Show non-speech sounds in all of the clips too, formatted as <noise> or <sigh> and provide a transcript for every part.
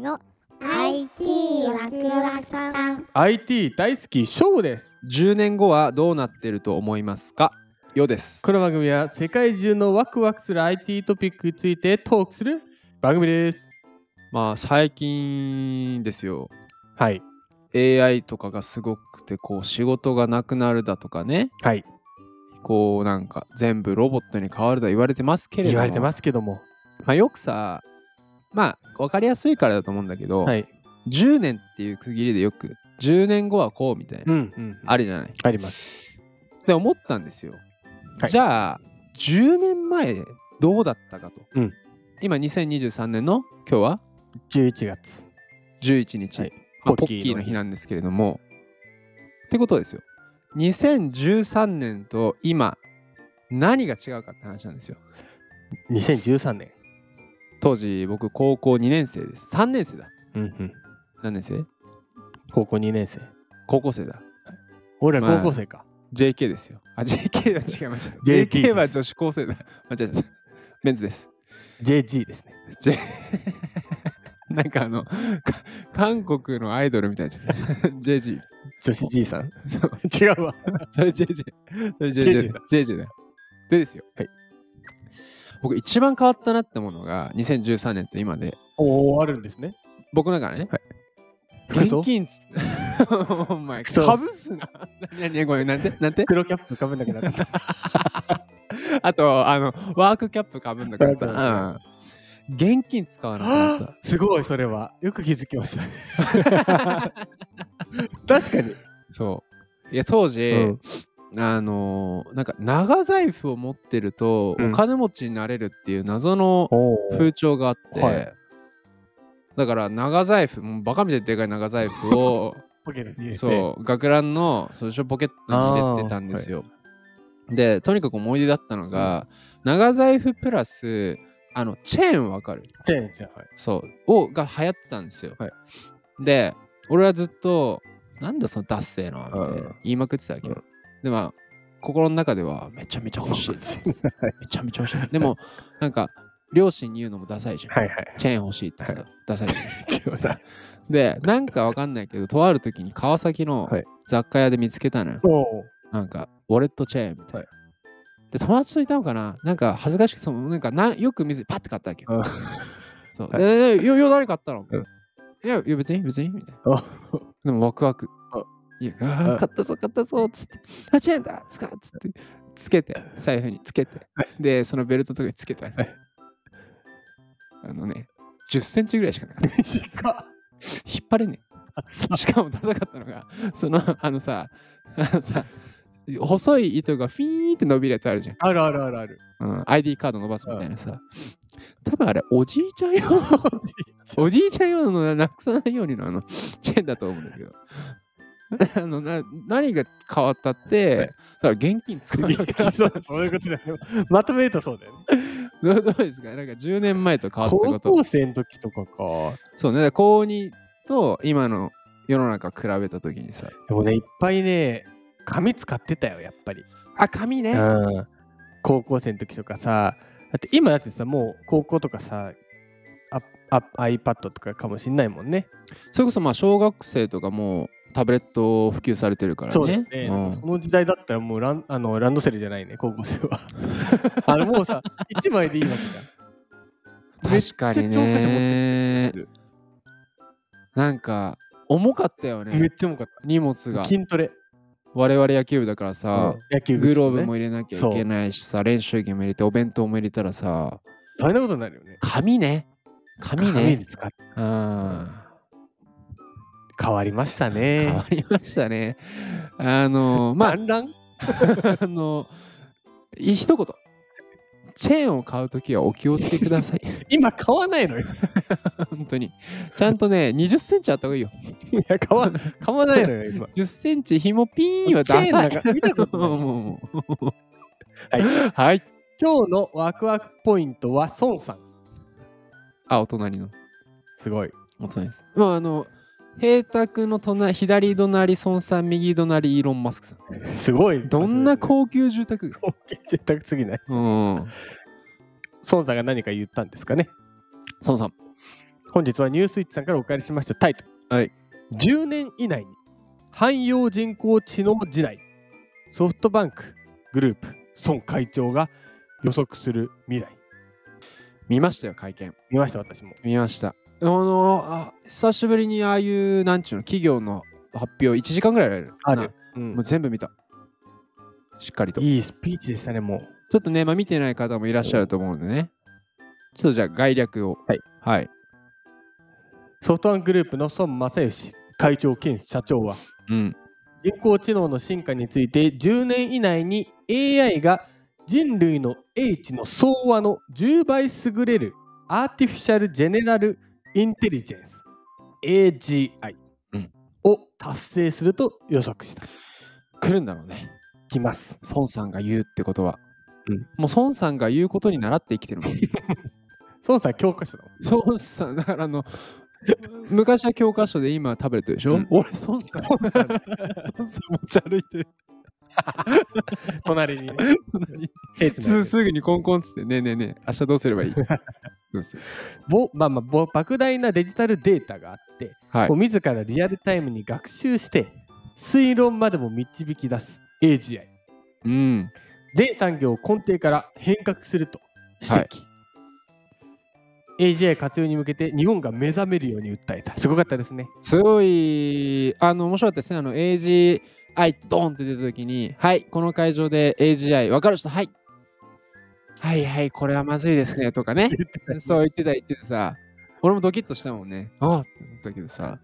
の IT ワクワクさん IT 大好きショウです10年後はどうなってると思いますかよですこの番組は世界中のワクワクする IT トピックについてトークする番組ですまあ最近ですよはい AI とかがすごくてこう仕事がなくなるだとかねはいこうなんか全部ロボットに変わるだ言われてますけれども、言われてますすけどもまあ、よくさまあ分かりやすいからだと思うんだけど、はい10年っていう区切りでよく10年後はこうみたいな、んうんああるじゃないありますって思ったんですよ、はいじゃあ10年前どうだったかと、うん今2023年の今日は11月11日、はいまポあポッキーの日ッキーの日なんですけれどもってことですよ2013年と今何が違うかって話なんですよ2013年当時僕高校2年生です3年生だうんうん何年生高校2年生高校生だ俺まらあ高校生か、 JK ですよあ JK は違いました JT です JK は女子高生だ間違えたメンズです JG ですね J <laughs> なんかあのか韓国のアイドルみたいな JG 女子 G さんそう違うわ <laughs> それ JJ。それ JJ JJ だ。JJ だ。でですよ。はい。僕一番変わったなってものが2013年と今で、おおあるんですね僕なんかね、はい現金 <laughs> つ、お前、嘘かぶすな。何何ごめん、なんて、なんて。黒キャップかぶんなくなったあと、あの、ワークキャップかぶんなかった。ワークキうん現金使わなくなった。 <laughs> すごいそれはよく気づき <laughs> ました確かに、そう。いや、当時、うんあのーなんか長財布を持ってるとうんお金持ちになれるっていう謎のおー風潮があって、はいだから長財布もうバカみたいにでかい長財 <laughs> 布をポケットに入れてそう学ランのそういうポケットに入れてたんですよ、でとにかく思い出だったのが、長財布プラスあのチェーンわかるチェーンチェーンはいそうをが流行ってたんですよ、はいで俺はずっとなんだそのダッセーなみたういんな言いまくってたわけよ、うんでまあ心の中ではめちゃめちゃ欲しいめちゃめちゃ欲しいでもなんか両親に言うのもダサいじゃん、はいはい。チェーン欲しいってさ、はいダサいじゃん違うさ。 <laughs> で、なんかわかんないけど、とある時に川崎のはい雑貨屋で見つけたのよ。おうなんか、ウォレットチェーンみたいな。はいで、友達といたのかななんか恥ずかしくて、そのなんかなよく見ずパッて買ったわけよ。あそうはで、でよ、よ、誰買ったの、うんいや、いや、別に、別に、みたいな。あでも、ワクワクあ。いや、ああー買ったぞ、買ったぞ、つって。あ、チェーンだ、つか、つって。つけて、財布につけて。で、そのベルトのとかにつけたらはいあのね、10センチぐらいしかなかった。短っ。引っ張れねえ。あそしかもダサかったのが、その、あのさ、あのさ、細い糸がフィーンって伸びるやつあるじゃん。あるあるあるあ <laughs> る。うん、ID カード伸ばすみたいなさ。多分あれ、おじいちゃん用の、 <laughs> おじいちゃん用のなくさないようにのあ <laughs> の、チェーンだと思うんだけど。 <laughs> あのな何が変わったって、はだから現金使わなくなったそうそういうことだよね。まとめるとそうだよね。 <laughs> どうどうですかなんか10年前と変わった高こと。校生の時とかか。そうね、高2と今の世の中比べたときにさ。でもね、いっぱいね、紙使ってたよ、やっぱり。あ、紙ね。うん。高校生の時とかさ、だって今だってさ、もう高校とかさ、ああ iPad とかかもしんないもんね。それこそまあ小学生とかもうタブレット普及されてるからね。そうだよね。んその時代だったらもうランあのランドセルじゃないね、高校生 <laughs> は。あのもうさ、1枚でいいわけじゃん。確かにめっちゃ教科書持っねてる。なんか重かったよめっね。ちゃ重かっ荷物た。が。筋トレ。我々野球部だからうさん、野球グ部ローブもい入れなきゃいけないしさ、練習着も入れてお弁当も入れたらさ、大変なことになるよね。紙ね。紙紙ね。で使ってうん変わりました変わね。りましたね。あの、まあ、反乱あの、い一言。チェーンを買うときはお気をつけく <laughs> ださい。今買わないのよ。本当に。ちゃんとね、20センチあった方がいいよ。いや買わ買わないのよ今。 10センチ紐ピーンはチェダーンなサんい。か見たことない <laughs> もうもうはいはい。今日のワクワクポイントは孫さん。あ、お隣の。すごい。お隣です。まあ、あの、平卓の隣、左隣、孫さん、右隣、イーロン・マスクさん。すごい。どんな高級住宅が。高級贅沢すぎない。うん。孫さんが何か言ったんですかね。孫さん、本日はニュースイッチさんからお借りしましたタイトル、はい、 10年以内に汎用人工知能時代ソフトバンクグループ孫会長が予測する未来見ましたよ、会見。見ました私も見ました。あのあ、久しぶりにああいう、なんちゅうの、企業の発表、1時間ぐらいある。ある、、うんもう全部見た。しっかりと。ちいいスピーチでしたねもうょっとね、まあ、見てない方もいらっしゃると思うんでね。ちょっとじゃあ、概略を。はい。はい。ソフトバンクグループの孫正義会長兼社長はうん。人工知能の進化について10年以内に AI が人類の英知の総和の10倍優れるアーティフィシャル・ジェネラル・インテリジェンス AGI うんを達成すると予測した。来るんだろうね。きます。孫さんが言うってことは。うんもう孫さんが言うことに習って生きてるもん。孫さん教科書だもん。 <laughs> 孫さん、だからあの、昔は教科書で今はタブレットでしょ、うん俺、孫さん。孫さん持ち歩いてる。隣にね、隣平地のすやつすぐにコンコンっつって、ねえねえねえ、明日どうすればいいそうそうそぼまあまあぼ莫大なデジタルデータがあって、うはいこう。自らリアルタイムに学習して推論までも導き出す AGI うん。全産業を根底から変革すると指摘、はい AGI 活用に向けて日本が目覚めるように訴えたすごかったですねすごい、あの、面白かったですね。あの、AGI ドーンって出たときに、はい、この会場で AGI、わかる人、はい。はいはい、これはまずいですね、とかね。そう言ってた、言っててさ。俺もドキッとしたもんね。ああって思ったけどさ。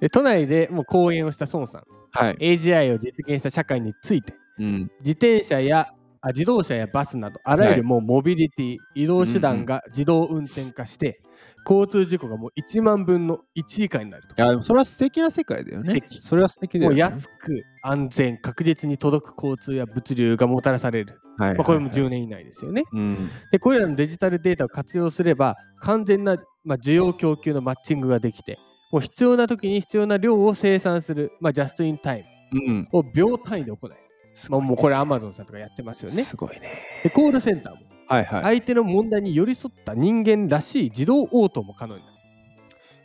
で都内でもう講演をした孫さんはい。 AGI を実現した社会についてうん。自転車やあ自動車やバスなどあらゆるもうモビリティ、移動手段が自動運転化して、交通事故がもう1万分の1以下になるといや、でもそれは素敵な世界だよね。素敵それは素敵だもよ、うね。安く安全確実に届く交通や物流がもたらされる、はいはいはいまあ、これも10年以内ですよねうん。でこれらのデジタルデータを活用すれば完全な、まあ、需要供給のマッチングができてもう必要な時に必要な量を生産する、まあ、ジャストインタイムうん。を秒単位で行い、すまあ、ごいもうこれ Amazon さんとかやってますよねすごいね。でコールセンターもはいはい。相手の問題に寄り添った人間らしい自動応答も可能になる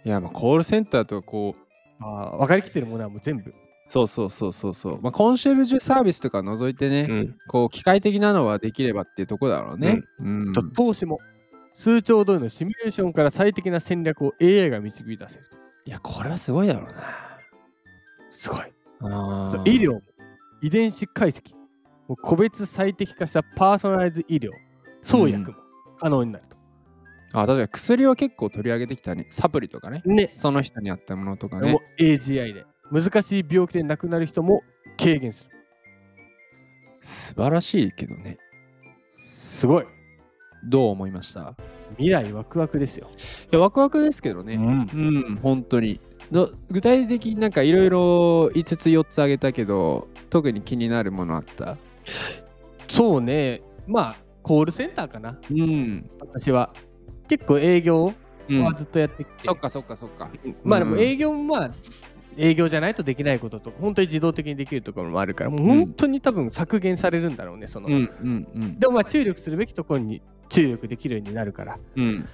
いや、まあ、コールセンターとはこう、あー分かりきってるものはもう全部、そうそうそうそうそう。まあ、コンシェルジュサービスとか除いてね、こう機械的なのはできればっていうとこだろうね。うんと投資も数兆ドルのシミュレーションから最適な戦略を AI が導き出せるいや、これはすごいだろうな。すごいあ医療も遺伝子解析もう個別最適化したパーソナライズ医療創薬も可能になると、あ、確かに薬は結構取り上げてきたね。サプリとかね。ねその人に合ったものとかもね。う AGI で難しい病気で亡くなる人も軽減する素晴らしいけどね。すごいどう思いました未来ワクワクですよ、いや、ワクワクですけどね。うん、本当に。ど具体的になんかいろいろ5つ4つ挙げたけど、特に気になるものあった。そうねまあコールセンターかなうん。私は結構営業うんはずっとやってきて、そっかそっかそっか。まあでもうん営業もまあ営業じゃないとできないことと本当に自動的にできるところもあるからもう本当に多分削減されるんだろうねその、うんうんうん。でもまあ注力するべきところに注力できるようになるからうん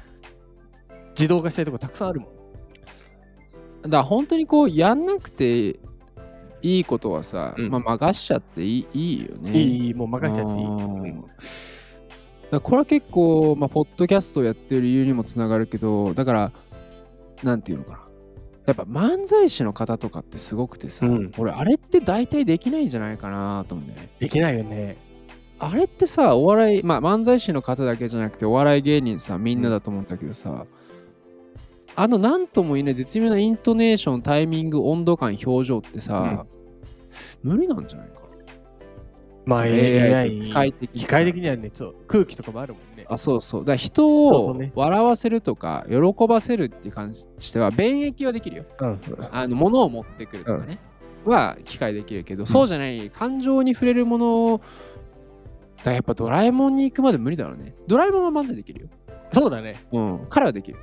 自動化したいところたくさんあるもんだから本当にこうやんなくていいことはさ、うんまあ任しちゃっていいいいよね。いいもう任せちゃっていいうんだからこれは結構、まあ、ポッドキャストをやってる理由にもつながるけどだからなんていうのかなやっぱ漫才師の方とかってすごくてさ、うん俺あれって大体できないんじゃないかなと思うんだよね。できないよねあれってさ、お笑い、まあ漫才師の方だけじゃなくて、お笑い芸人さ、みんなだと思うんだけどさ、あの、なんとも言えない絶妙なイントネーション、タイミング、温度感、表情ってさ、無理なんじゃないかまあな。 AI 機機械械的にさ的にはねそう空気とかもあるもんねあ、そうそう。だから人そうそうをね笑わせるとか、喜ばせるっていう感じとしては、便益はできるよ。うんあの物を持ってくるとかね、は機械できるけど、そうじゃない感情に触れるものだからやっぱドラえもんに行くまで無理だろうねドラえもんは漫才できるよ、そうだねうん、彼はできる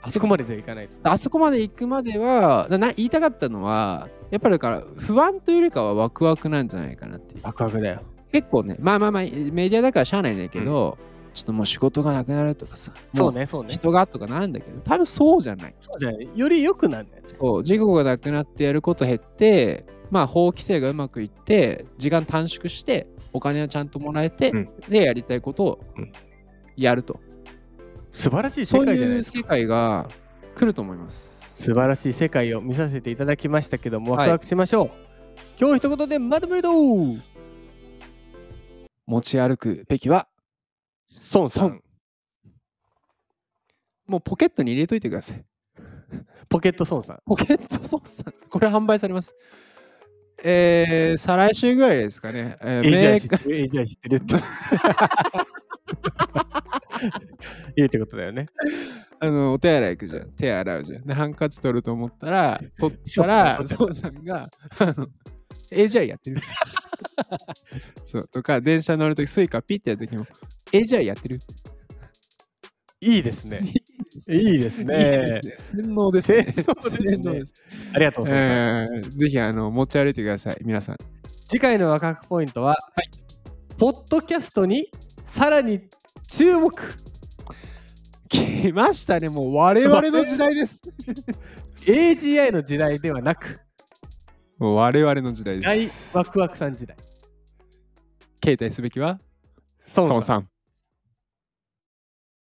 あそこまでじゃいかないとあそこまで行くまではだな言いたかったのはやっぱりだから不安というよりかはワクワクなんじゃないかなっていうワクワクだよ結構ねまあまあまあメディアだからしゃあないねんけど、ちょっともう仕事がなくなるとかさ、そうね、ね、そうね。人がとかなるんだけど、多分そうじゃない。そうじゃない。より良くなるんだよね。そう、事故がなくなってやること減って、まあ法規制がうまくいって、時間短縮して、お金はちゃんともらえて、うんで、やりたいことをうんやると。素晴らしい世そう界じゃないいでうすか。世界が来ると思います。素晴らしい世界を見させていただきましたけども、はいワクワクしましょう。今日一言でまとめると、持ち歩くべきは、孫さん、もうポケットに入れといてください。ポケット孫さん。ポケット操作、これ販売されます。えー、再来週ぐらいですかね。えー、エイジメアイ知ーカーってる、エイジアイ知ってる <laughs> って。いいってことだよね。あのお手洗い行くじゃん。手洗うじゃん。で、ハンカチ取ると思っ <laughs> たら、取ったら、そゾウさんが、あの、AGI やっ <laughs> てる。そう、とか、電車乗るとき、スイカピッてやるときも、AGI やってる。いいですね。いいですいいでねす。ね。洗脳ですね。洗脳ですね洗脳ですありがとうございます。えーぜひ、あの、持ち歩いてください、皆さん。次回のワクワクポイントは、ポッドキャストにさらに注目。来ましたね、もう我々の時代 <laughs> です。 AGI の時代ではなく、もう我々の時代です。大ワクワクさん時代。携帯すべきは孫さん。さん。